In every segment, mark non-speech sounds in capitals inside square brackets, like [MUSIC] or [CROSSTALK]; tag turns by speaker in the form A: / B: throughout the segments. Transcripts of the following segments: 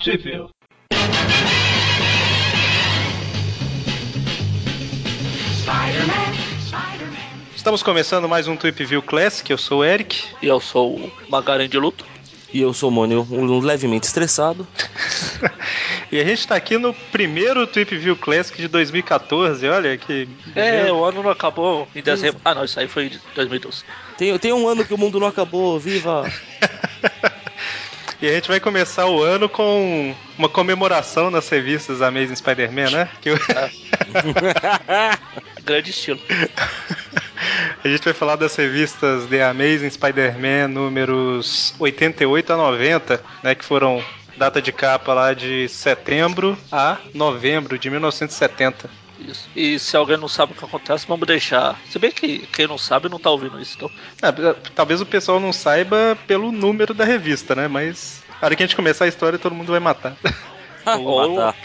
A: Sheffield. Estamos começando mais um Trip View Classic, eu sou o Eric.
B: E eu sou o Magaren de Luto.
C: E eu sou o Mônio, um levemente estressado.
A: e a gente está aqui no primeiro Trip View Classic de 2014, olha que...
B: É, o ano não acabou em dezembro. Ah não, isso aí foi de 2012.
C: Tem, tem um ano que o mundo não acabou, viva!
A: E a gente vai começar o ano com uma comemoração nas revistas Amazing Spider-Man, né? Que...
B: Grande estilo.
A: A gente vai falar das revistas The Amazing Spider-Man números 88 a 90, né? Que foram data de capa lá de setembro a novembro de 1970.
B: Isso. E se alguém não sabe o que acontece, vamos deixar. Se bem que quem não sabe não tá ouvindo isso, então.
A: É, talvez o pessoal não saiba pelo número da revista, né? Mas na hora que a gente começar a história, todo mundo vai matar. [LAUGHS]
B: Ou matar.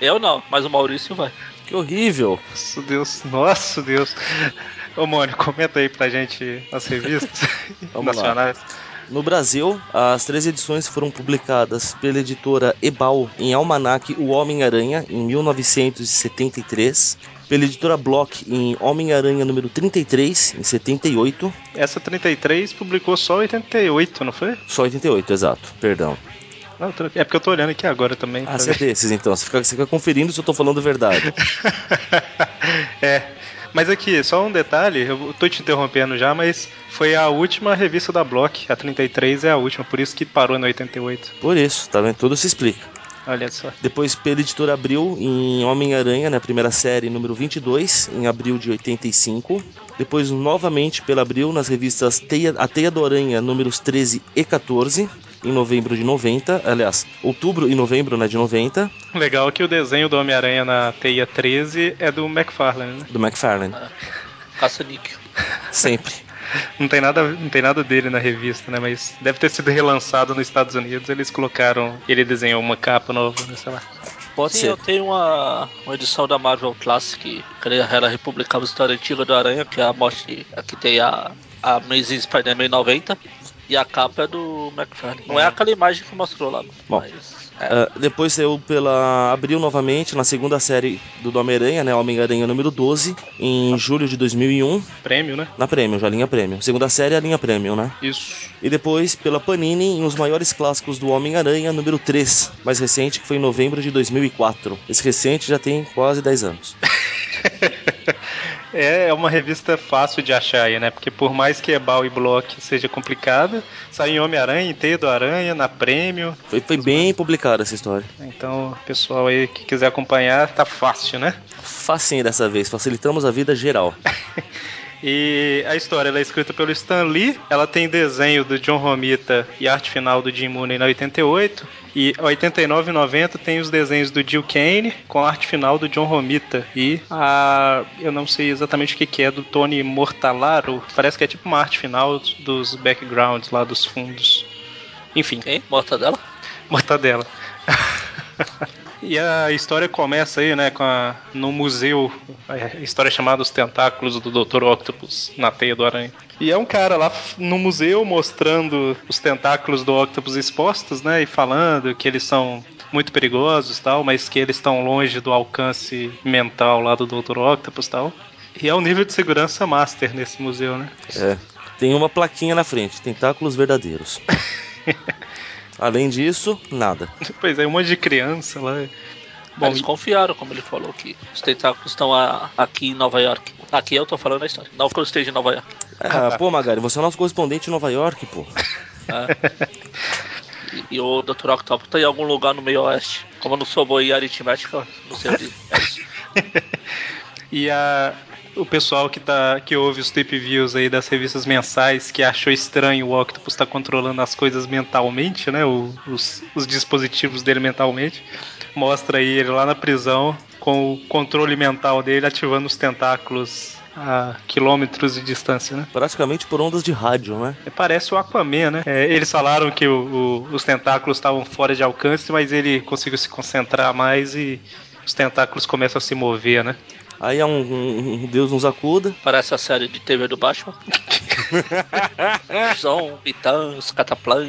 B: Eu não, mas o Maurício vai.
C: Que horrível!
A: Nosso Deus, nosso Deus. Ô, Mônio, comenta aí pra gente as
C: [LAUGHS]
A: revistas nacionais.
C: Lá. No Brasil, as três edições foram publicadas pela editora Ebal em Almanac O Homem-Aranha, em 1973, pela editora Block em Homem-Aranha número 33, em 78.
A: Essa 33 publicou só 88, não foi?
C: Só 88, exato, perdão.
A: Não, é porque eu tô olhando aqui agora também.
C: Ah, você é desses então, você fica, você fica conferindo se eu tô falando a verdade.
A: [LAUGHS] é, mas aqui, só um detalhe, eu tô te interrompendo já, mas foi a última revista da Block, a 33 é a última, por isso que parou na 88.
C: Por isso, tá vendo? Tudo se explica.
A: Olha só.
C: Depois, pela editora Abril, em Homem-Aranha, na primeira série, número 22, em abril de 85. Depois, novamente, pela Abril, nas revistas Teia, A Teia do Aranha, números 13 e 14 em novembro de 90, aliás, outubro e novembro né, de 90.
A: Legal que o desenho do Homem-Aranha na Teia 13 é do McFarlane, né?
C: Do McFarlane.
B: Ah, Caça-níquel.
C: Sempre.
A: não tem, nada, não tem nada dele na revista, né? Mas deve ter sido relançado nos Estados Unidos. Eles colocaram. Ele desenhou uma capa nova, né? sei lá.
C: Pode
B: Sim,
C: ser.
B: eu tenho uma, uma edição da Marvel Classic, que é ela republicava a história antiga do Aranha, que é a morte. Aqui tem a, a Amazing Spider-Man 90. E a capa é do McFarlane. Não é aquela imagem que mostrou lá.
C: Bom.
B: Mas, é,
C: Ah, depois saiu pela Abril novamente, na segunda série do Homem-Aranha, né? Homem-Aranha número 12, em julho de 2001,
A: Prêmio, né?
C: na Prêmio, já linha Prêmio. Segunda série é a linha Prêmio, né?
A: Isso.
C: E depois pela Panini em Os Maiores Clássicos do Homem-Aranha, número 3, mais recente, que foi em novembro de 2004. Esse recente já tem quase 10 anos.
A: É uma revista fácil de achar aí, né? Porque por mais que Ebal e Block seja complicada, saiu em Homem-Aranha, em Teia do Aranha, na Prêmio.
C: Foi, foi bem publicada essa história.
A: Então, pessoal aí que quiser acompanhar, tá fácil, né?
C: Facinho dessa vez, facilitamos a vida geral.
A: E a história ela é escrita pelo Stan Lee, ela tem desenho do John Romita e arte final do Jim Mooney na 88, e 89 e 90 tem os desenhos do Jill Kane com a arte final do John Romita e a eu não sei exatamente o que que é do Tony Mortalaro, parece que é tipo uma arte final dos backgrounds lá dos fundos. Enfim,
B: quem? Morta dela?
A: mortadela. E a história começa aí, né, com a, no museu, a história chamada Os Tentáculos do Dr. Octopus na teia do aranha. E é um cara lá f- no museu mostrando os tentáculos do Octopus expostos, né, e falando que eles são muito perigosos e tal, mas que eles estão longe do alcance mental lá do Dr. Octopus e tal. E é um nível de segurança master nesse museu, né? [LAUGHS]
C: É. Tem uma plaquinha na frente, tentáculos verdadeiros. Além disso, nada.
A: Pois é, um monte de criança lá.
B: Bom, eles confiaram, como ele falou, que os tentáculos estão a- aqui em Nova York. Aqui eu tô falando a história. Não que eu esteja em Nova York.
C: Ah, pô, Magari, você é nosso correspondente em Nova York, pô.
B: E, e o Dr. Octopus tá em algum lugar no meio oeste. Como eu não sou boa em aritmética, não sei onde. É isso.
A: E a, o pessoal que, tá, que ouve os tip views aí das revistas mensais que achou estranho o Octopus estar controlando as coisas mentalmente, né? o- os, os dispositivos dele mentalmente. Mostra aí ele lá na prisão com o controle mental dele ativando os tentáculos a quilômetros de distância, né?
C: Praticamente por ondas de rádio, né?
A: É, Parece o Aquaman, né? É, eles falaram que o- o- os tentáculos estavam fora de alcance, mas ele conseguiu se concentrar mais e os tentáculos começam a se mover, né?
C: Aí é um, um- um Deus nos acuda.
B: Parece a série de TV do Batman. Zom, Pitãs, Cataplan.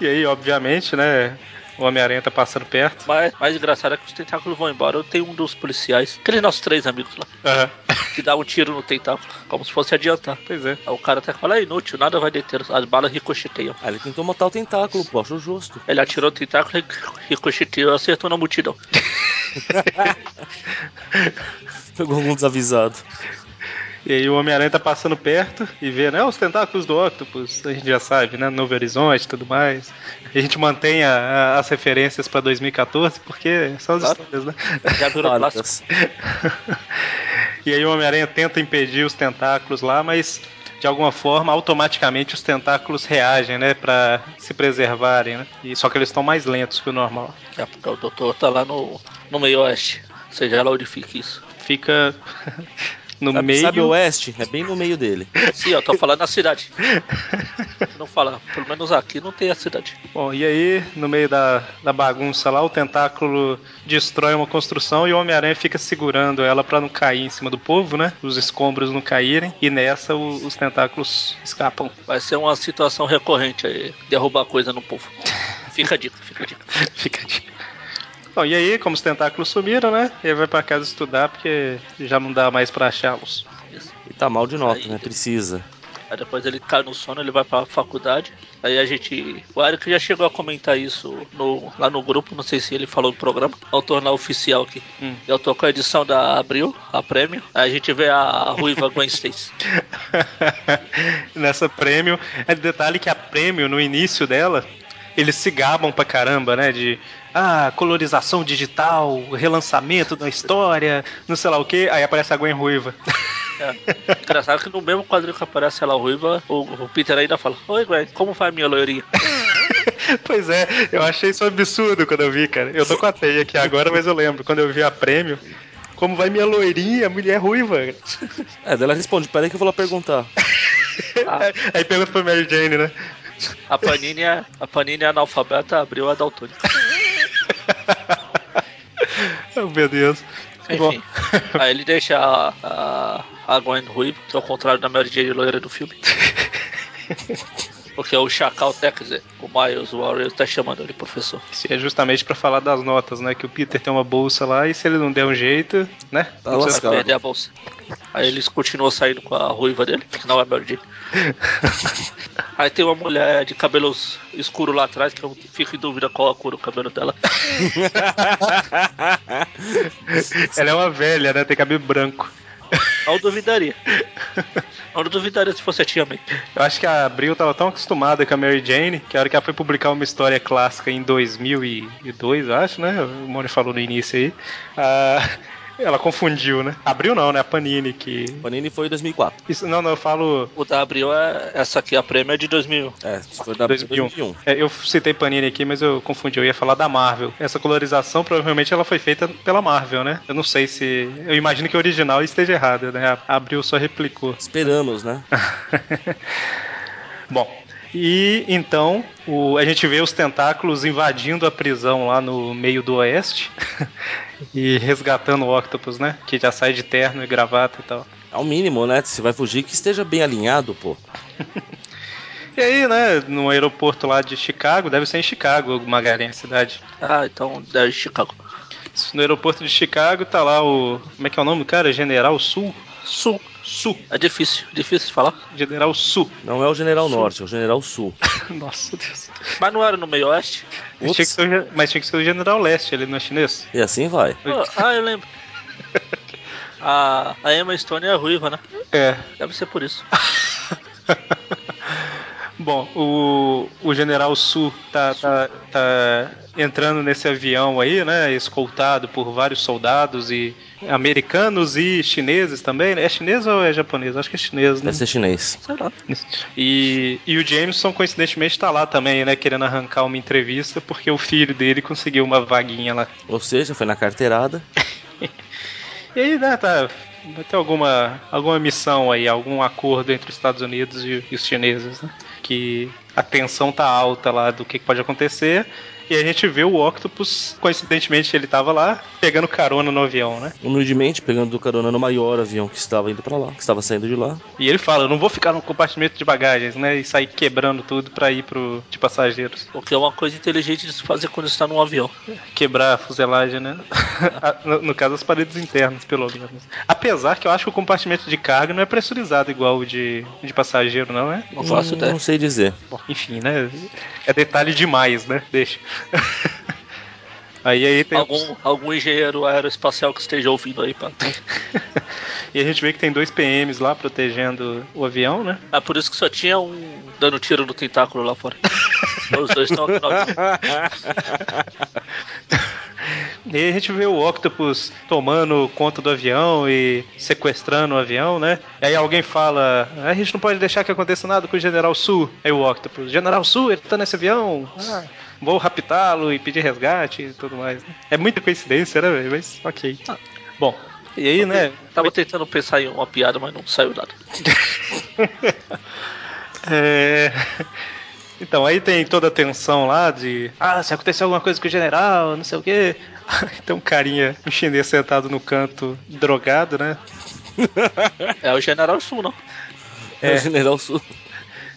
A: E aí, obviamente, né? O Homem-Aranha tá passando perto.
B: Mas mais engraçado é que os tentáculos vão embora. Eu tenho um dos policiais, aqueles nossos três amigos lá,
A: Aham.
B: que dá um tiro no tentáculo, como se fosse adiantar.
A: Pois é.
B: Aí o cara até fala, é inútil, nada vai deter, as balas ricocheteiam.
C: Ah, ele tentou matar o tentáculo, pô, acho justo.
B: Ele atirou o tentáculo, ric- ricocheteou, acertou na multidão.
C: Pegou algum desavisado.
A: E aí o Homem-Aranha tá passando perto e vê, né, os tentáculos do Octopus, a gente já sabe, né, Novo Horizonte e tudo mais. A gente mantém a- a- as referências pra 2014, porque são as
B: Claro.
A: histórias, né?
B: Já virou plástico.
C: Fálicas.
A: E aí o Homem-Aranha tenta impedir os tentáculos lá, mas de alguma forma, automaticamente os tentáculos reagem, né, Pra se preservarem, né? E só que eles estão mais lentos que o normal.
B: É, porque o doutor tá lá no, no meio oeste. Seja lá onde fique isso.
A: Fica [LAUGHS] no
C: Sabe,
A: meio
C: sabe o Oeste? É bem no meio dele.
B: Sim, eu tô falando na cidade. Não fala, pelo menos aqui não tem a cidade.
A: Bom, e aí, no meio da, da bagunça lá, o tentáculo destrói uma construção e o Homem-Aranha fica segurando ela pra não cair em cima do povo, né? Os escombros não caírem. E nessa, o- os tentáculos escapam. [LAUGHS]
B: Vai ser uma situação recorrente aí, derrubar coisa no povo. Fica a dica, fica a dica.
A: fica a dica. Bom, e aí, como os tentáculos sumiram, né? Ele vai pra casa estudar porque já não dá mais pra achá-los.
B: Isso.
C: E tá mal de nota, né? Precisa.
B: Aí depois ele cai no sono, ele vai pra faculdade. Aí a gente. O Eric já chegou a comentar isso no- lá no grupo, não sei se ele falou no programa. Ao tornar oficial aqui.
A: Hum.
B: Eu tô com a edição da Abril, a prêmio. Aí a gente vê a Ruiva Gwen Stacy.
A: [LAUGHS] Nessa prêmio. É detalhe que a prêmio, no início dela, eles se gabam pra caramba, né? De ah, colorização digital, relançamento da história, não sei lá o que. Aí aparece a Gwen Ruiva. [LAUGHS]
B: É. Engraçado que no mesmo quadrinho que aparece ela ruiva, o, o Peter ainda fala: Oi, Gwen, como vai minha loirinha?
A: pois é, eu achei isso um absurdo quando eu vi, cara. Eu tô com a teia aqui agora, mas eu lembro. Quando eu vi a prêmio, como vai minha loirinha, mulher ruiva.
C: É, daí ela responde, peraí que eu vou lá perguntar.
B: Ah.
A: [LAUGHS] Aí pergunta pra Mary Jane, né?
B: A Panini é, a Panini é analfabeta, abriu a daltônica.
A: Oh, meu Deus.
B: Enfim. [LAUGHS] Aí ele deixa a, a, a Gwen ruiva, que é o contrário da Mary Jane loira do filme. Porque o Chacal, até, quer dizer, o Miles Warrior tá chamando ele professor.
A: Isso é justamente pra falar das notas, né? Que o Peter tem uma bolsa lá e se ele não der um jeito, né?
C: Tá
A: Não precisa-
B: Vai perder a bolsa. Aí eles continuam saindo com a ruiva dele, que não é Mary Jane. Aí tem uma mulher de cabelos escuro lá atrás, que eu fico em dúvida qual a cor do cabelo dela.
A: Ela é uma velha, né? Tem cabelo branco.
B: Não duvidaria. Não duvidaria se fosse a tia May.
A: Eu acho que a Abril tava tão acostumada com a Mary Jane que a hora que ela foi publicar uma história clássica em 2002, eu acho, né? O Mônio falou no início aí. ah, [LAUGHS] ela confundiu, né? Abril não, né? A Panini que.
C: [LAUGHS] Panini foi em 2004.
A: Isso, não, não, eu falo.
B: O da Abril é. Essa aqui, a prêmio é de 2001.
C: É, foi da
A: 2001. É, eu citei Panini aqui, mas eu confundi. Eu ia falar da Marvel. Essa colorização provavelmente ela foi feita pela Marvel, né? Eu não sei se. Eu imagino que o original esteja errado, né? A Abril só replicou.
C: Esperamos, né?
A: [LAUGHS] Bom, e então o- a gente vê os tentáculos invadindo a prisão lá no meio do oeste [LAUGHS] e resgatando o Octopus, né? Que já sai de terno e gravata e tal.
C: Ao mínimo, né? Se vai fugir, que esteja bem alinhado, pô.
A: E aí, né, no aeroporto lá de Chicago, deve ser em Chicago, Magalhães, cidade.
B: Ah, então da Chicago.
A: No aeroporto de Chicago tá lá o. Como é que é o nome do cara? General Sul?
B: Sul.
A: Sul.
B: É difícil, difícil de falar.
A: General Sul.
C: Não é o General Norte, é o General Sul.
A: Nossa Deus.
B: Mas não era no meio oeste?
A: Mas tinha, que
C: Ups.
A: ser o, gen- mas tinha que ser o General Leste, ele não é chinês?
C: E assim vai.
B: Ah, eu lembro. A, a Emma Stone é ruiva, né?
A: É,
B: Deve ser por isso.
A: Bom, o, o General Su tá, tá- tá entrando nesse avião aí, né? Escoltado por vários soldados e americanos e chineses também. né? É chinês ou é japonês? Acho que é chinês, né?
C: Deve ser chinês.
B: Sei lá.
A: E, e o Jameson, coincidentemente, tá lá também, né? Querendo arrancar uma entrevista porque o filho dele conseguiu uma vaguinha lá.
C: Ou seja, foi na carteirada.
A: E aí, né, tá. Vai ter alguma, alguma missão aí, algum acordo entre os Estados Unidos e, e os chineses, né? Que a tensão tá alta lá do que, que pode acontecer. E a gente vê o Octopus, coincidentemente ele tava lá, pegando carona no avião, né?
C: Humildemente, pegando carona no maior avião que estava indo para lá, que estava saindo de lá.
A: E ele fala, eu não vou ficar no compartimento de bagagens, né? E sair quebrando tudo para ir pro de passageiros.
B: O que é uma coisa inteligente de se fazer quando está num avião.
A: Quebrar a fuselagem, né? no, no caso, as paredes internas, pelo menos. Apesar que eu acho que o compartimento de carga não é pressurizado igual o de, de passageiro, não é?
B: Não faço
C: Hum,
B: ideia.
C: Não
A: [LAUGHS]
C: sei dizer.
A: Bom, enfim, né? É detalhe demais, né? Deixa. [LAUGHS] aí aí tem
B: Algum, algum engenheiro aeroespacial que esteja ouvindo aí, pá.
A: E a gente vê que tem dois PMs lá protegendo o avião, né?
B: É por isso que só tinha um dando tiro no tentáculo lá fora. Então, Os dois estão aqui no avião.
C: É
A: E aí a gente vê o Octopus tomando conta do avião e sequestrando o avião, né? E aí alguém fala: "Ah, a gente não pode deixar que aconteça nada com o General Sul. Aí o Octopus: General Sul, ele tá nesse avião. Ah, vou raptá-lo e pedir resgate e tudo mais. né? É muita coincidência, né, velho? Mas ok. Bom, e aí, né?
B: Tava tentando pensar em uma piada, mas não saiu nada.
A: É... [LAUGHS] Então, aí tem toda a tensão lá de. Ah, se acontecer alguma coisa com o general, não sei o quê. [LAUGHS] Tem um carinha, um chinês sentado no canto, drogado, né?
B: É o General Sul, não.
C: É, o General Sul.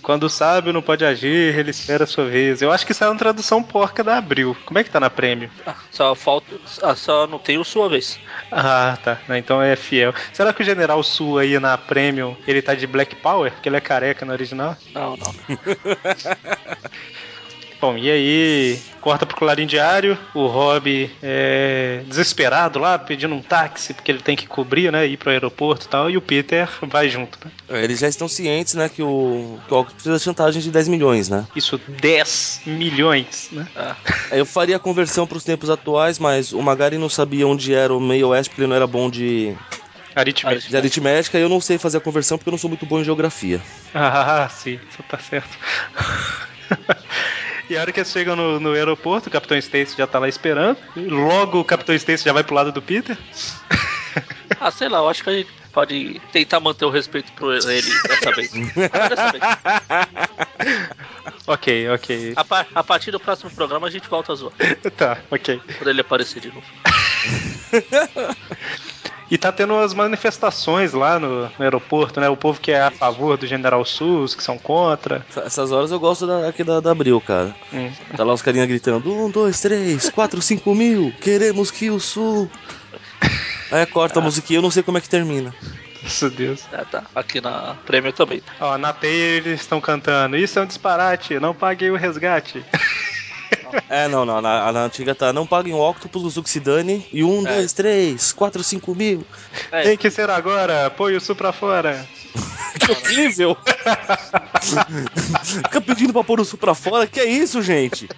A: Quando o sábio não pode agir, ele espera a sua vez. Eu acho que isso é uma tradução porca da Abril. Como é que tá na prêmio?
B: Ah, Só falta. ah, Só não tem o sua vez.
A: Ah, tá. Não, Então é fiel. Será que o General Sul aí na Premium, ele tá de Black Power? Porque ele é careca no original?
B: Não, não.
A: Bom, e aí, corta pro Clarim Diário, o Rob é desesperado lá, pedindo um táxi, porque ele tem que cobrir, né, ir pro aeroporto e tal, e o Peter vai junto, né?
C: É, eles já estão cientes, né, que o, que o Octopus precisa de chantagem de 10 milhões, né?
A: Isso, 10 milhões, né?
B: Ah,
C: Aí Eu faria a conversão para os tempos atuais, mas o Magari não sabia onde era o meio oeste, porque ele não era bom de,
A: Aritmética.
C: de aritmética, e eu não sei fazer a conversão porque eu não sou muito bom em geografia.
A: Ah, sim, isso tá certo. [LAUGHS] E a hora que eles chegam no, no aeroporto, o Capitão Stacy já tá lá esperando. Logo o Capitão Stacy já vai pro lado do Peter.
B: ah, sei lá, eu acho que a gente pode tentar manter o respeito por ele dessa
A: [LAUGHS]
B: vez. Agora dessa vez.
A: Ok, ok.
B: A, par- a partir do próximo programa a gente volta a zoar.
A: Tá, ok.
B: Quando ele aparecer de novo.
A: E tá tendo umas manifestações lá no, no aeroporto, né? O povo que é a favor do General Sus, que são contra.
C: Essa- Essas horas eu gosto da, aqui da, da Abril, cara.
A: Hum.
C: Tá lá os carinha gritando: um, dois, três, quatro, cinco mil, queremos que o Sul. Aí corta a musiquinha, eu não sei como é que termina.
A: Meu Deus.
B: Ah, tá. Aqui na prêmio também.
A: Ó, na teia eles estão cantando. Isso é um disparate, não paguei o resgate.
C: É, não, não, na, na antiga tá: não paguem o Octopus, o Zuc se dane, e um,
B: É.
C: dois, três, quatro, cinco mil.
B: É,
A: Tem que ser agora, põe o Su pra fora.
C: Que horrível! Fica pedindo pra pôr o sul pra fora, que é isso, gente?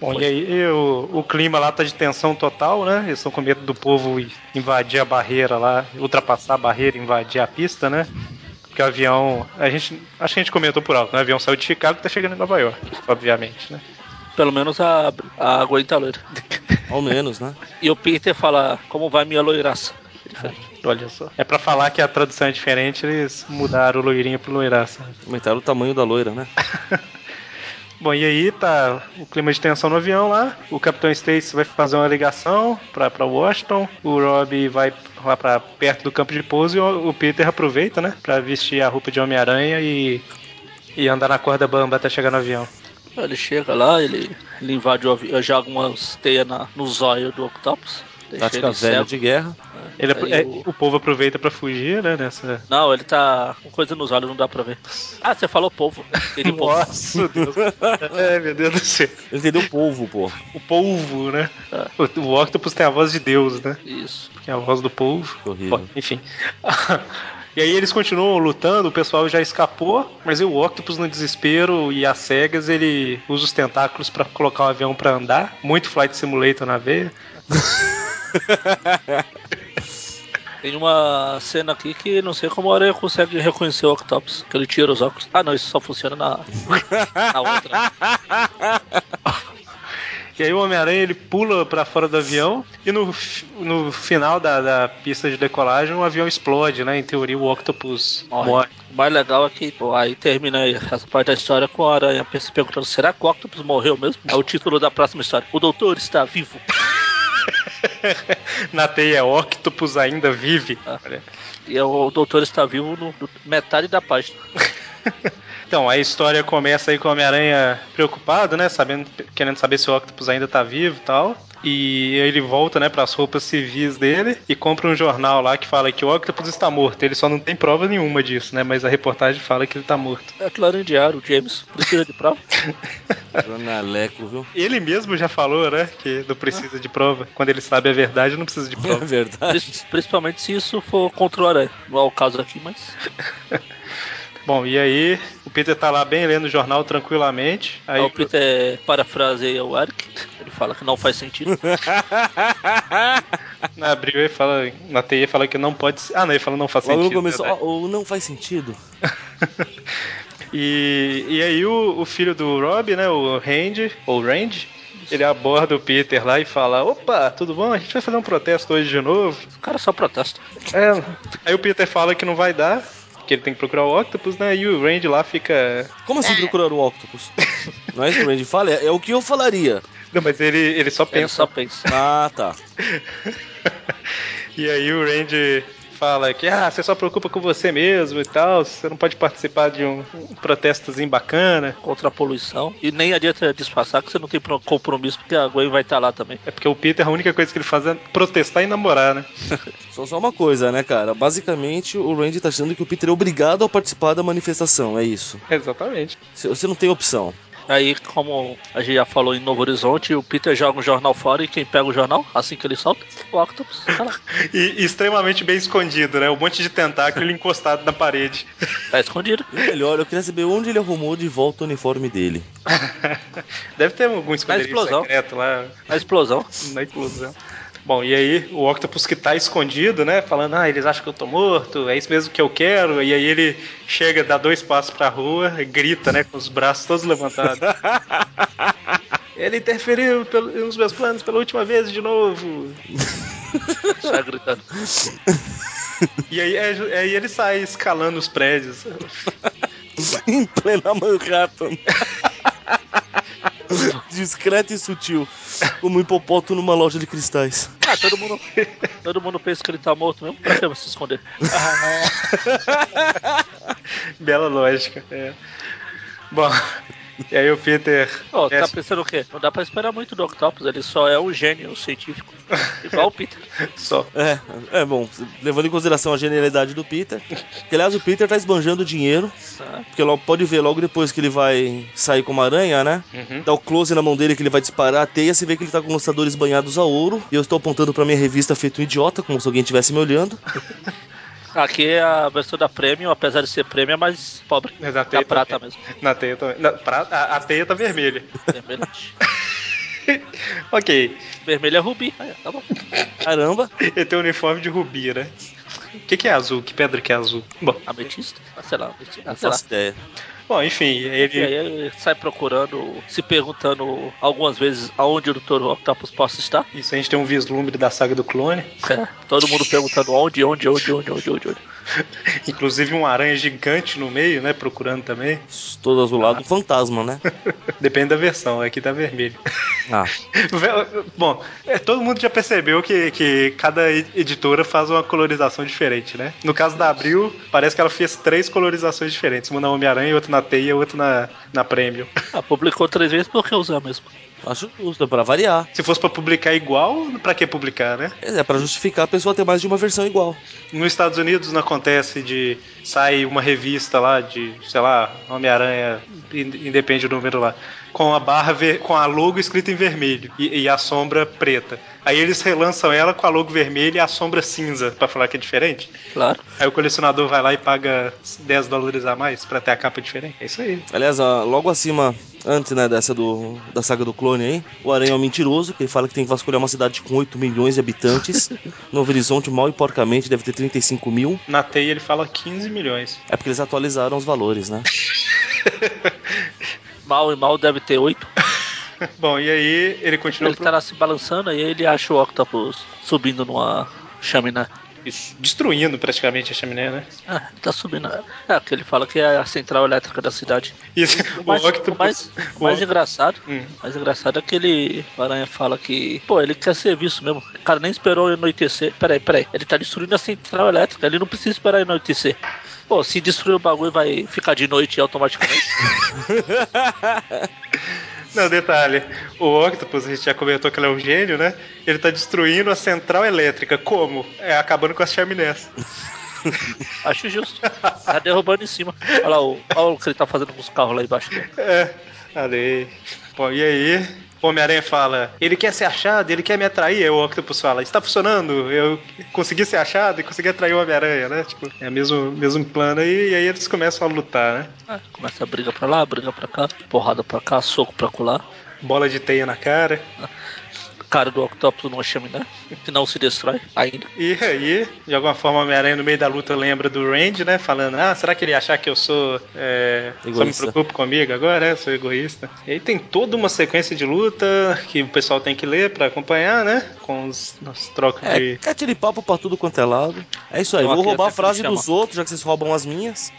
A: Bom, e aí o, o clima lá tá de tensão total, né? Eles estão com medo do povo i- invadir a barreira lá, ultrapassar a barreira, invadir a pista, né? Porque o avião. A gente. Acho que a gente comentou por alto, né? O avião saiu de Chicago e tá chegando em Nova York, obviamente, né?
B: pelo menos a, a aguenta a loira.
C: Ao menos, né?
B: E o Peter fala, como vai minha loiraça? É diferente.
A: Olha só. É pra falar que a tradução é diferente, eles mudaram o loirinho pro loiraça.
C: Aumentaram o tamanho da loira, né?
A: [LAUGHS] Bom, e aí tá o clima de tensão no avião lá. O Capitão Stacy vai fazer uma ligação pra, pra Washington. O Rob vai lá pra perto do campo de pouso e o, o Peter aproveita, né? Pra vestir a roupa de Homem-Aranha e, e andar na corda bamba até chegar no avião.
B: Ele chega lá, ele, ele invade o avião, joga umas teias na- no zóio do Octopus. Deixa
C: Tática
B: ele
C: velha
B: cego.
C: de guerra.
A: Ele,
B: Aí
A: é-
B: o-
A: o povo aproveita pra fugir, né? Nessa.
B: Não, ele tá com coisa nos olhos, não dá pra ver. Ah, você falou povo.
A: [LAUGHS]
B: Ele povo.
A: Nossa, Deus. é, meu Deus do céu.
C: Ele [LAUGHS] entendeu o povo, pô.
A: O polvo, né? O, o Octopus tem a voz de Deus, né?
B: Isso.
A: Que é a voz do povo.
C: Que horrível.
A: Bom, enfim. [LAUGHS] e aí eles continuam lutando, o pessoal já escapou, mas aí o Octopus no desespero e às cegas, ele usa os tentáculos pra colocar o avião pra andar. Muito Flight Simulator na veia.
B: Tem uma cena aqui que não sei como a Aranha consegue reconhecer o Octopus, que ele tira os óculos. Ah, não, isso só funciona na, na outra.
A: E E aí o Homem-Aranha ele pula para fora do avião e no, no final da, da pista de decolagem o avião explode, né? Em teoria o Octopus morre. morre.
B: O mais legal é que pô, aí termina aí essa parte da história com a Aranha se perguntando: será que o Octopus morreu mesmo? É o título da próxima história: O Doutor está vivo.
A: Na teia, Octopus ainda vive. Ah.
B: E é o doutor está vivo no, no metade da página.
A: Então, a história começa aí com o Homem-Aranha preocupado, né? Sabendo, querendo saber se o Octopus ainda tá vivo e tal. E ele volta, né, pras roupas civis dele e compra um jornal lá que fala que o Octopus está morto. Ele só não tem prova nenhuma disso, né? Mas a reportagem fala que ele tá morto.
B: É clarandiário, James. Precisa de prova?
C: Jornaleco, viu?
A: Ele mesmo já falou, né, que não precisa de prova. Quando ele sabe a verdade, não precisa de
C: [LAUGHS]
A: prova.
C: É verdade.
B: Principalmente se isso for contra o Aranha. Não é o caso aqui, mas...
A: Bom, e aí o Peter tá lá bem lendo o jornal tranquilamente. Aí
B: é o Peter parafraseia o Eric, ele fala que não faz sentido.
A: na abril ele fala, na TI fala que não pode Ah, não, ele fala não faz Logo sentido.
C: Começou, oh, oh, não faz sentido.
A: e, e aí o, o filho do Rob, né, o Randy, ou Randy, ele aborda o Peter lá e fala: opa, tudo bom? A gente vai fazer um protesto hoje de novo.
B: O cara só protesta.
A: É. Aí o Peter fala que não vai dar, que ele tem que procurar o Octopus, né? E o Randy lá fica.
C: Como assim procurar o Octopus? não é isso que o Randy fala? É, é, o que eu falaria.
A: Não, mas ele, ele só pensa. Ele
B: só pensa.
C: Ah, tá.
A: e aí o Randy fala que ah, você só preocupa com você mesmo e tal, você não pode participar de um, um protestozinho bacana.
B: Contra a poluição. E nem adianta disfarçar que você não tem compromisso, porque a Gwen vai estar tá lá também.
A: É porque o Peter, a única coisa que ele faz é protestar e namorar, né?
C: só, só uma coisa, né, cara? Basicamente, o Randy tá achando que o Peter é obrigado a participar da manifestação, é isso.
A: Exatamente.
C: Você não tem opção.
B: Aí, como a gente já falou em Novo Horizonte, o Peter joga um jornal fora e quem pega o jornal, assim que ele solta, o Octopus. tá
A: e extremamente bem escondido, né? Um monte de [LAUGHS] tentáculo encostado na parede.
B: Tá escondido.
C: E melhor, eu queria saber onde ele arrumou de volta o uniforme dele.
A: [LAUGHS]
C: [LAUGHS]
A: Deve ter algum esconderijo secreto lá.
B: Na explosão. [LAUGHS]
A: Na explosão. Bom, e aí o Octopus que tá escondido, né? Falando, ah, eles acham que eu tô morto, é isso mesmo que eu quero. E aí ele chega, dá dois passos pra rua, grita, né? Com os braços todos levantados. [LAUGHS] ele interferiu nos meus planos pela última vez de novo.
B: Só gritando.
A: E aí, é, aí ele sai escalando os prédios.
C: em plena Manhattan. [LAUGHS] Discreto e sutil, como um hipopótamo numa loja de cristais.
B: Ah, todo mundo, todo mundo pensa que ele tá morto mesmo, pra que se esconder?
A: Bela lógica, é. Bom, e aí o Peter.
B: Oh, tá pensando o quê? Não dá pra esperar muito do Octopus, ele só é um gênio científico. Igual o Peter.
A: Só.
C: É, é bom, levando em consideração a genialidade do Peter. Que, aliás, o Peter tá esbanjando dinheiro. Ah. Porque logo, pode ver, logo depois que ele vai sair com uma aranha, né? Uhum. Dá o close na mão dele que ele vai disparar a teia, você vê que ele tá com lançadores banhados a ouro. E eu estou apontando pra minha revista feito um idiota, como se alguém estivesse me olhando.
B: Aqui é a versão da Premium, apesar de ser Premium, é mais pobre.
A: Mas a teia
B: tá prata mesmo.
A: Na teia também. Na, pra, a, a, teia tá vermelha.
B: Vermelha.
A: ok.
B: Vermelha é rubi. Ah, tá bom.
C: Caramba.
A: Ele tem um uniforme de rubi, né? O que, que é azul? Que pedra que é azul?
B: Bom. Ametista? Ah, sei lá. Ametista. Ah, sei lá.
C: Ideia.
A: Bom, enfim, ele...
B: ele... sai procurando, se perguntando algumas vezes aonde o Dr. Octopus possa estar.
A: Isso, a gente tem um vislumbre da saga do clone.
B: É, todo mundo perguntando onde, onde, onde, onde, onde, onde. onde.
A: Inclusive um aranha gigante no meio, né? Procurando também.
C: Todo azulado, ah. um
B: [LAUGHS]
C: fantasma, né?
A: Depende da versão, aqui tá vermelho.
C: Ah.
A: [LAUGHS] Bom, é, todo mundo já percebeu que, que cada editora faz uma colorização diferente, né? No caso da Abril, parece que ela fez três colorizações diferentes: uma na Homem-Aranha, outra na Teia e outra na, na Premium.
B: Ah, publicou três vezes porque usar mesmo.
C: Acho justo, é pra variar.
A: [LAUGHS] Se fosse pra publicar igual, pra que publicar, né?
C: É, pra justificar a pessoa ter mais de uma versão igual.
A: Nos Estados Unidos não acontece de sair uma revista lá de, sei lá, Homem-Aranha, independe do número lá, com a barra ver, com a logo escrita em vermelho e, e, a sombra preta. Aí eles relançam ela com a logo vermelha e a sombra cinza, para falar que é diferente.
B: Claro.
A: Aí o colecionador vai lá e paga 10 dólares a mais para ter a capa diferente. É isso aí.
C: Aliás, ah, logo acima, antes né, dessa do, da saga do clone aí, o Aranha é um mentiroso, que ele fala que tem que vasculhar uma cidade com 8 milhões
B: [LAUGHS]
C: de habitantes. Novo Horizonte, mal e porcamente, deve ter 35 mil.
A: Na teia ele fala 15 milhões. [LAUGHS]
C: É porque eles atualizaram os valores, né?
B: [LAUGHS] mal e mal deve ter 8.
A: Bom, e aí ele continua.
B: Ele tá lá se balançando e aí ele acha o Octopus subindo numa chaminé.
A: Isso, destruindo praticamente a chaminé, né?
B: Ah, ele tá subindo. É, que ele fala que é a central elétrica da cidade.
A: Isso,
B: O
A: o,
B: mais, o
A: Octopus.
B: mais, o mais
A: o-
B: engraçado,
A: Hum.
B: o mais engraçado é que ele, o Aranha fala que, pô, ele quer serviço mesmo. O cara nem esperou anoitecer. Peraí, peraí. Ele tá destruindo a central elétrica, ele não precisa esperar anoitecer. Pô, se destruir o bagulho vai ficar de noite automaticamente.
A: Não, detalhe. O Octopus, a gente já comentou que ele é um gênio, né? Ele tá destruindo a central elétrica. Como? É acabando com as chaminés.
B: Acho justo. Tá derrubando em cima. Olha lá o, olha o que ele tá fazendo com os carros lá embaixo.
A: É, falei. Bom, e aí? O Homem-Aranha fala, ele quer ser achado, ele quer me atrair. Aí o Octopus fala, está funcionando, eu consegui ser achado e consegui atrair o Homem-Aranha, né? Tipo, é o mesmo, mesmo plano aí, e aí eles começam a lutar, né?
B: Ah, Começa a briga pra lá, briga pra cá, porrada pra cá, soco pra colar.
A: Bola de teia na cara.
B: Cara do Octopus numa chaminé, que não se destrói ainda.
A: E aí, de alguma forma, o Homem-Aranha no meio da luta lembra do Randy, né? Falando, ah, será que ele ia achar que eu sou. É, só me
C: Egoísta.
A: preocupo comigo agora, é? Sou egoísta. E aí tem toda uma sequência de luta que o pessoal tem que ler pra acompanhar, né? Com os, as trocas
C: É,
A: de.
C: cate ele papo pra tudo quanto é lado. É isso aí,
B: Eu
C: vou
B: aqui
C: roubar a
B: até que me
C: frase
B: chama.
C: dos outros, já que vocês roubam as minhas.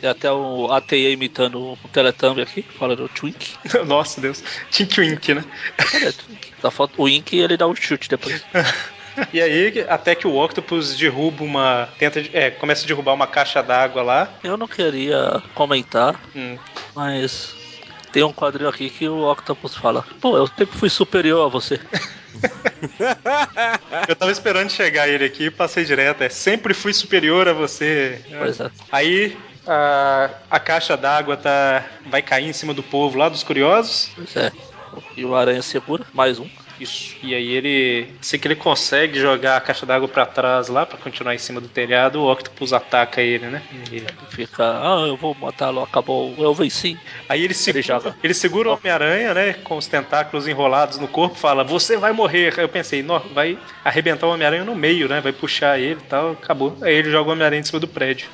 B: Tem até o ATI imitando o Teletumbie aqui, falando o Twink.
A: [LAUGHS] Nossa Deus. Tink Wink, né?
B: Cadê o Twink? Dá falta o Ink e ele dá um chute depois.
A: E aí, até que o Octopus derruba uma. Tenta. de- É, começa a derrubar uma caixa d'água lá.
B: Eu não queria comentar,
A: Hum.
B: mas tem um quadril aqui que o Octopus fala: Pô, eu sempre fui superior a você.
A: Eu tava esperando chegar ele aqui e passei direto. É, sempre fui superior a você.
B: Pois é.
A: Aí a, a caixa d'água tá vai cair em cima do povo lá dos curiosos.
B: Pois é. E o Aranha segura, mais um.
A: Isso. E aí ele, se que ele consegue jogar a caixa d'água pra trás lá pra continuar em cima do telhado, o Octopus ataca ele, né? E-
B: Fica, ah, eu vou matá-lo, acabou, eu venci.
A: aí ele segura, ele,
B: joga.
A: segura o Homem-Aranha, né, com os tentáculos enrolados no corpo, fala: "Você vai morrer". Aí eu pensei: "Não, vai arrebentar o Homem-Aranha no meio, né? Vai puxar ele e tal, acabou". Aí ele joga o Homem-Aranha em cima do prédio.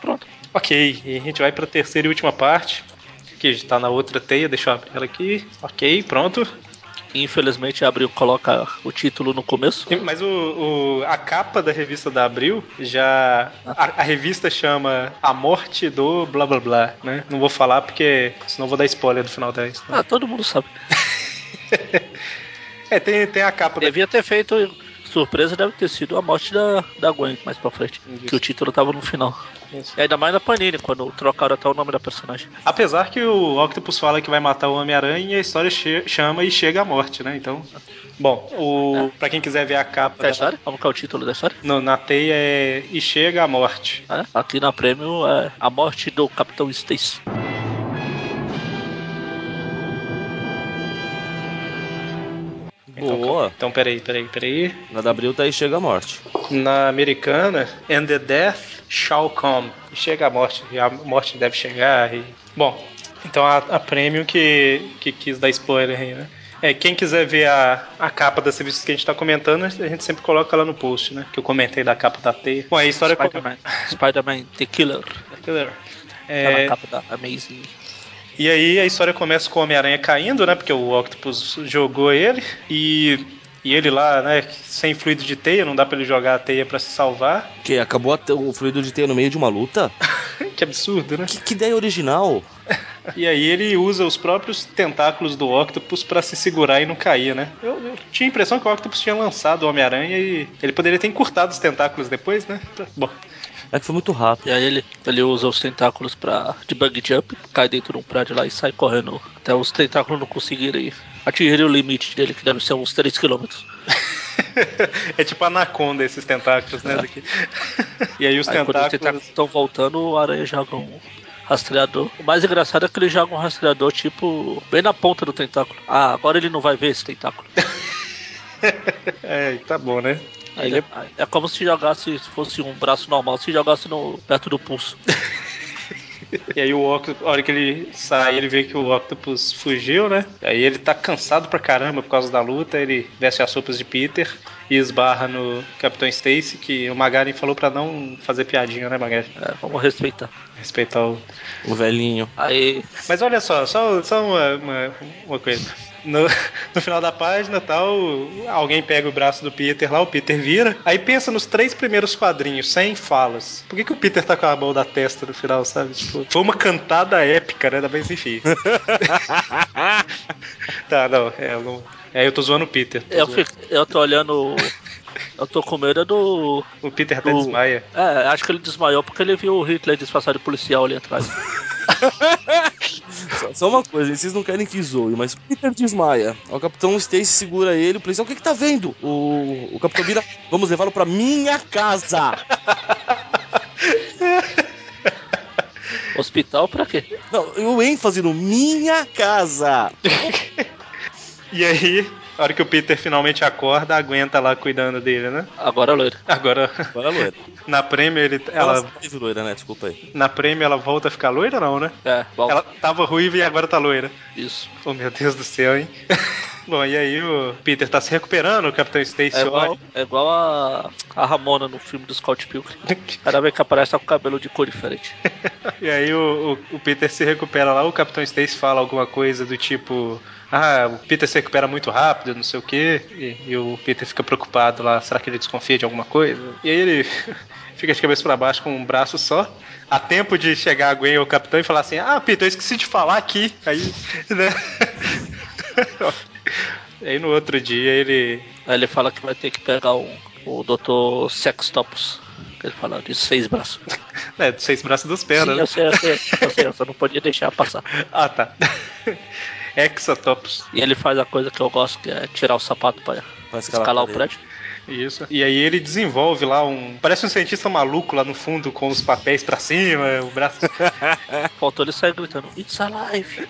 B: Pronto.
A: Ok, e a gente vai pra terceira e última parte, que está na outra teia, deixa eu abrir ela aqui. Ok, pronto.
B: Infelizmente, a Abril coloca o título no começo.
A: E- Mas o, o- a capa da revista da Abril já. A, a revista chama A Morte do Blá Blá Blá, né? Não vou falar porque senão eu vou dar spoiler do final da história.
B: Ah, todo mundo sabe.
A: É, tem, tem a capa da.
B: Devia ter feito. Surpresa deve ter sido a morte da, da Gwen mais pra frente. Que o título tava no final. E ainda mais na Panini, quando trocaram até o nome da personagem.
A: É Apesar que o Octopus fala que vai matar o Homem-Aranha e a história che- chama e chega à morte, né? Então. Bom, o, pra quem quiser ver a capa
B: Da
A: da,
B: história? Como que é o título da história?
A: no- na teia é E Chega à Morte.
B: É, aqui na Prêmio é A Morte do Capitão Stacy.
A: Então,
C: Boa.
A: Então, peraí, peraí, peraí.
C: Na da Abril tá aí, chega a morte.
A: Na americana, and the death shall come. E chega a morte, e a morte deve chegar. e- Bom, então a, a Premium que, que quis dar spoiler aí, né? É, quem quiser ver a, a capa das revistas que a gente tá comentando, a gente sempre coloca ela no post, né? Que eu comentei da capa da teia. Bom, a história... é
B: Spider-Man. Spider-Man The Killer. Tá
A: É,
B: na capa da Amazing.
A: E aí a história começa com o Homem-Aranha caindo, né? Porque o Octopus jogou ele e, e ele lá, né? Sem fluido de teia, não dá pra ele jogar a teia pra se salvar. [LAUGHS]
C: Que acabou a te- o fluido de teia no meio de uma luta?
A: que absurdo, né?
C: Que, que ideia original.
A: E aí ele usa os próprios tentáculos do Octopus pra se segurar e não cair, né? Eu, eu tinha a impressão que o Octopus tinha lançado o Homem-Aranha e ele poderia ter encurtado os tentáculos depois, né? Bom, [LAUGHS]
C: É que foi muito rápido.
B: E aí ele, ele usa os tentáculos pra, de bug jump, cai dentro de um prédio lá e sai correndo. Até os tentáculos não conseguirem atingir o limite dele, que deve ser uns 3 km.
A: é tipo anaconda esses tentáculos, né?
B: [LAUGHS]
A: Daqui. e aí os
B: Aí quando os
A: tentáculos.
B: tentáculos estão voltando, o aranha joga um rastreador. O mais engraçado é que ele joga um rastreador, tipo, bem na ponta do tentáculo. Ah, agora ele não vai ver esse tentáculo.
A: É, tá bom, né?
B: Aí ele- é como se jogasse, se fosse um braço normal, se jogasse no, perto do pulso.
A: E aí o Octopus, a hora que ele sai, ele vê que o Octopus fugiu, né? Aí ele tá cansado pra caramba por causa da luta, ele veste as roupas de Peter e esbarra no Capitão Stacy, que o Magaren falou pra não fazer piadinha, né, Magaren?
B: É, vamos respeitar.
A: Respeitar o...
C: O velhinho.
B: Aí,
A: Mas olha só, só, só uma, uma, uma coisa. No, no final da página, tal, alguém pega o braço do Peter lá, o Peter vira. Aí pensa nos três primeiros quadrinhos, sem falas. Por que, que o Peter tá com a mão da testa no final, sabe? Tipo, foi uma cantada épica, né? Da Mas enfim. tá, não, é, eu não. É, eu tô zoando o Peter. tô
B: eu,
A: zoando.
B: fico- eu tô olhando. Eu tô com medo do.
A: O Peter até
B: o-
A: desmaia.
B: É, acho que ele desmaiou porque ele viu o Hitler disfarçado de policial ali atrás.
C: Só, só uma coisa, vocês não querem que zoe, mas o Peter desmaia. O Capitão Stacy segura ele, o policial, o que que tá vendo? O, o Capitão vira, vamos levá-lo pra minha casa.
B: Hospital pra quê?
C: Não, e o ênfase no minha casa.
A: E aí, a hora que o Peter finalmente acorda, aguenta lá cuidando dele, né?
B: Agora loiro.
A: Agora, [LAUGHS]
C: Agora é loira.
A: na prêmio, ele,
C: Ela
A: ela,
C: faz loira, né? Desculpa aí.
A: na prêmio ela volta a ficar loira, não, né?
B: É, volta.
A: Ela tava ruiva e agora tá loira.
B: Isso.
A: Oh, meu Deus do céu,
B: [LAUGHS]
A: hein? Bom, e aí o Peter tá se recuperando, o Capitão Stacy
B: É igual,
A: olha.
B: é igual a, a Ramona no filme do Scott Pilgrim. Cada vez que aparece tá com cabelo de
A: [LAUGHS]
B: cor diferente.
A: E aí o, o- o Peter se recupera lá, o Capitão Stacy fala alguma coisa do tipo. Ah, o Peter se recupera muito rápido, não sei o quê. E, e o Peter fica preocupado lá, será que ele desconfia de alguma coisa? E aí ele [LAUGHS] fica de cabeça pra baixo com um braço só. A tempo de chegar a Gwen ou o Capitão e falar assim, ah, Peter, eu esqueci de falar aqui. Aí, [LAUGHS] né? aí no outro dia ele
B: Aí ele fala que vai ter que pegar um, o Dr. Sextopus. Ele fala de seis braços.
A: É, dos seis braços e duas pernas.
B: Sim,
A: né?
B: eu sei, eu sei, eu sei, eu só não podia deixar passar.
A: Ah, tá. [LAUGHS] Hexatopus.
B: E ele faz a coisa que eu gosto, que é tirar o sapato para
C: Pra
B: escalar,
C: escalar
B: o
C: a
B: prédio.
C: parede.
A: Isso. E aí ele desenvolve lá um. Parece um cientista maluco lá no fundo, com os papéis pra cima, o [LAUGHS] braço.
B: Faltou ele sair gritando, It's alive!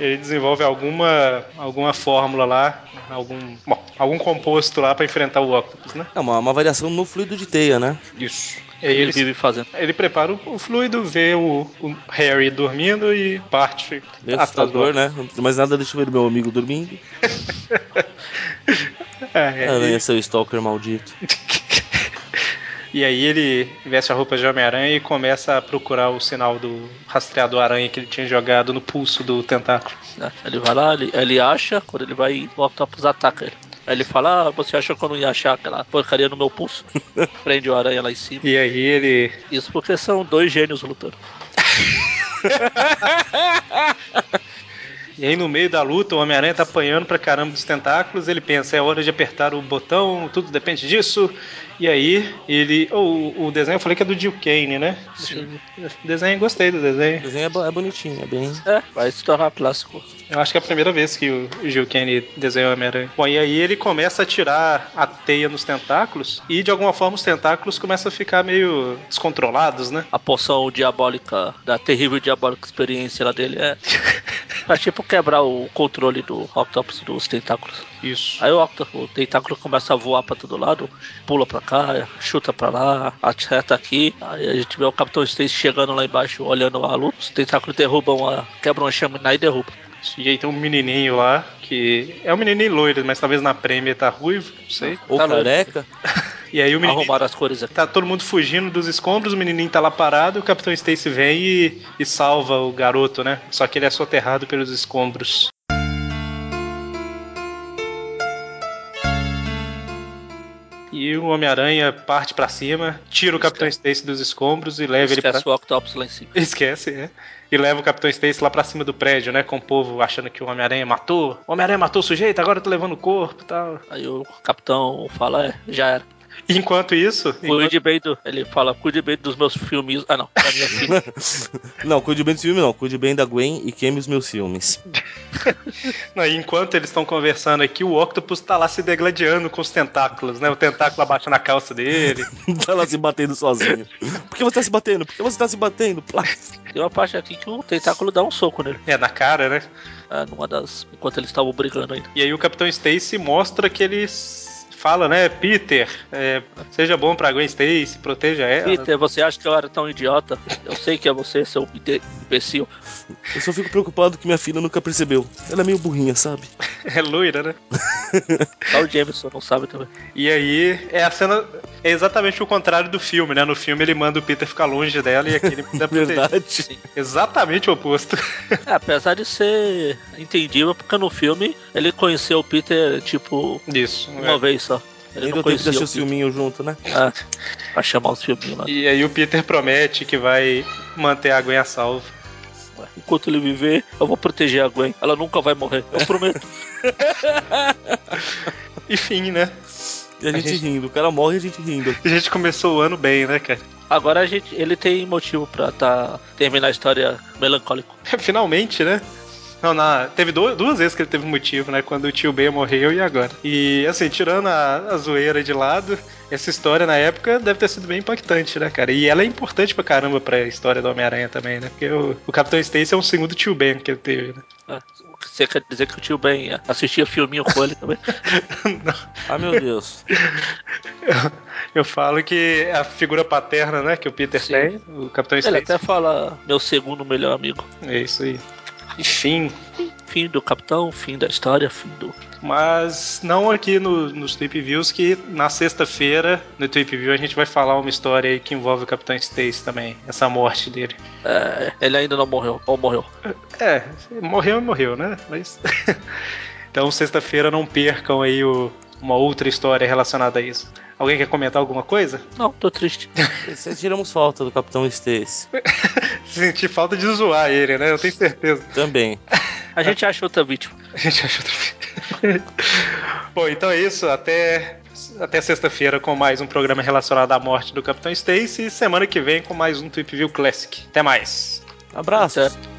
A: ele desenvolve alguma alguma fórmula lá, algum. Bom, algum composto lá pra enfrentar o Octopus, né?
C: É uma, uma variação no fluido de teia, né?
A: Isso. E aí
B: Ele,
A: ele,
B: vive fazendo.
A: ele prepara o, o fluido, vê o, o Harry dormindo e parte.
C: Meio
A: atrás do
C: assustador,
A: Octopus.
C: né? Mas nada deixa eu ver meu amigo dormindo. Ah,
A: É, é,
C: Aranha,
A: e-
C: seu stalker maldito.
A: E aí ele veste a roupa de Homem-Aranha e começa a procurar o sinal do rastreador aranha que ele tinha jogado no pulso do tentáculo.
B: né? Ele vai lá, ele, ele acha, quando ele vai, o Octopus ataca ele. Aí ele fala, ah, você achou que eu não ia achar aquela porcaria no
A: [LAUGHS]
B: meu pulso? Prende o aranha lá em cima.
A: E aí ele.
B: Isso porque são dois gênios lutando.
A: E aí no meio da luta, o Homem-Aranha tá apanhando pra caramba dos tentáculos, ele pensa, é hora de apertar o botão, tudo depende disso. E aí ele. Oh, o desenho eu falei que é do Jill Kane, né?
B: Sim.
A: Desenho, gostei do
C: O
A: desenho.
C: desenho é, bo- é bonitinho, é bem.
B: É, vai se tornar clássico.
A: Eu acho que é a primeira vez que o Gil Kenny desenhou o Homem-Aranha. Bom, e aí ele começa a tirar a teia nos tentáculos e de alguma forma os tentáculos começam a ficar meio descontrolados, né?
B: A poção diabólica, da terrível diabólica experiência lá dele é. [LAUGHS] É tipo quebrar o controle do Octopus dos tentáculos.
A: Isso.
B: Aí o, Octo- o tentáculo começa a voar pra todo lado, pula pra cá, chuta pra lá, acerta aqui. Aí a gente vê o Capitão Stacy chegando lá embaixo, olhando a luta. Os tentáculos derrubam a. quebram a chaminé e derrubam.
A: E aí tem um menininho lá que é um menininho loiro, mas talvez na prêmio ele tá ruivo, não sei.
C: Ou
B: Tá louco.
C: careca.
A: E aí o menininho
B: Arrumaram as cores aqui.
A: tá todo mundo fugindo dos escombros, o menininho tá lá parado, o Capitão Stacy vem e, e salva o garoto, né? Só que ele é soterrado pelos escombros. E o Homem-Aranha parte pra cima, tira o Capitão Stacy dos escombros e leva ele pra...
B: Esquece o Octopus lá em cima.
A: [LAUGHS] Esquece, é. E leva o Capitão Stacy lá pra cima do prédio, né? Com o povo achando que o Homem-Aranha matou. O Homem-Aranha matou o sujeito, agora eu tô levando o corpo e tal.
B: Aí o capitão fala, é, já era.
A: Enquanto isso... enquanto-
B: Cuide bem do. Ele fala, cuide bem dos meus filmes. Ah, não, da minha filha.
C: Não, cuide bem do filme, não. Cuide bem da Gwen e queime os meus filmes. [LAUGHS]
A: Não, e enquanto eles estão conversando aqui, o Octopus tá lá se degladiando com os tentáculos, né? O tentáculo abaixa na calça dele.
C: tá lá se batendo sozinho. Por que você tá se batendo? Por que você tá se batendo? Plá.
B: Tem uma parte aqui que o tentáculo dá um soco nele. ah,
A: É, na cara, né?
B: É, numa das. Enquanto eles estavam brigando ainda.
A: E aí o Capitão Stacy mostra que ele s- fala, né, Peter, é, seja bom pra Gwen Stacy, proteja ela.
B: Peter, você acha que eu era tão idiota? Eu sei que é você, seu imbecil.
C: Eu só fico preocupado que minha filha nunca percebeu. Ela é meio burrinha, sabe?
A: É loira, né?
B: Só o Jameson não sabe também.
A: E aí, é a cena. É exatamente o contrário do filme, né? No filme ele manda o Peter ficar longe dela e aquele
C: [LAUGHS]
A: Peter
C: É Verdade.
A: protege. Exatamente o oposto. [LAUGHS]
B: É, apesar de ser entendível, porque no filme ele conheceu o Peter, tipo,
A: Isso.
B: uma
A: é.
B: vez só. Ele
C: Ainda
B: não
C: deu tempo de
B: conhecia
C: assistir
B: o
C: os
B: filme.
C: filminhos junto, né?
B: Ah, pra chamar os filminhos lá.
A: E aí o Peter promete que vai manter a Gwen a salvo.
B: Enquanto ele viver, eu vou proteger a Gwen. Ela nunca vai morrer. Eu prometo.
A: Enfim, né?
C: E a, gente,
A: gente-
C: rindo. O cara morre e a gente rindo.
A: A gente começou o ano bem, né, cara?
B: Agora a gente, ele tem motivo pra tá, terminar a história melancólico.
A: [LAUGHS] Finalmente, né? Não, na- teve du- duas vezes que ele teve motivo, né? Quando o tio Ben morreu e agora. E, assim, tirando a, a zoeira de lado, essa história na época deve ter sido bem impactante, né, cara? E ela é importante pra caramba pra história do Homem-Aranha também, né? Porque o, o Capitão Stacy é um segundo tio Ben que ele teve, né? [LAUGHS]
B: Ah, Você quer dizer que o tio Ben é, assistia filminho com ele também?
A: Não,
C: [LAUGHS] Ah, meu Deus.
A: eu falo que é a figura paterna, né, que o Peter
B: Sim.
A: tem, o Capitão
B: Ele
A: Stacy.
B: até fala meu segundo melhor amigo.
A: É isso aí. Enfim,
B: Fim do capitão, fim da história, fim do.
A: Mas não aqui no, nos Trip Views, que na sexta-feira, no Trip View, a gente vai falar uma história aí que envolve o Capitão Stacy também, essa morte dele.
B: É, ele ainda não morreu, ou morreu.
A: É, morreu e morreu, né? Mas. [LAUGHS] então, sexta-feira, não percam aí o- uma outra história relacionada a isso. Alguém quer comentar alguma coisa?
B: Não, tô triste.
C: Vocês Tiramos falta do Capitão
B: [LAUGHS]
C: Stacy.
A: Senti falta de zoar ele, né? Eu tenho certeza.
C: Também. É.
B: A gente acha outra vítima.
A: A gente achou também. [LAUGHS] Bom, então é isso. Até, até sexta-feira com mais um programa relacionado à morte do Capitão Stacy. E semana que vem com mais um Trip View Classic. Até mais.
C: Abraços.
B: Certo.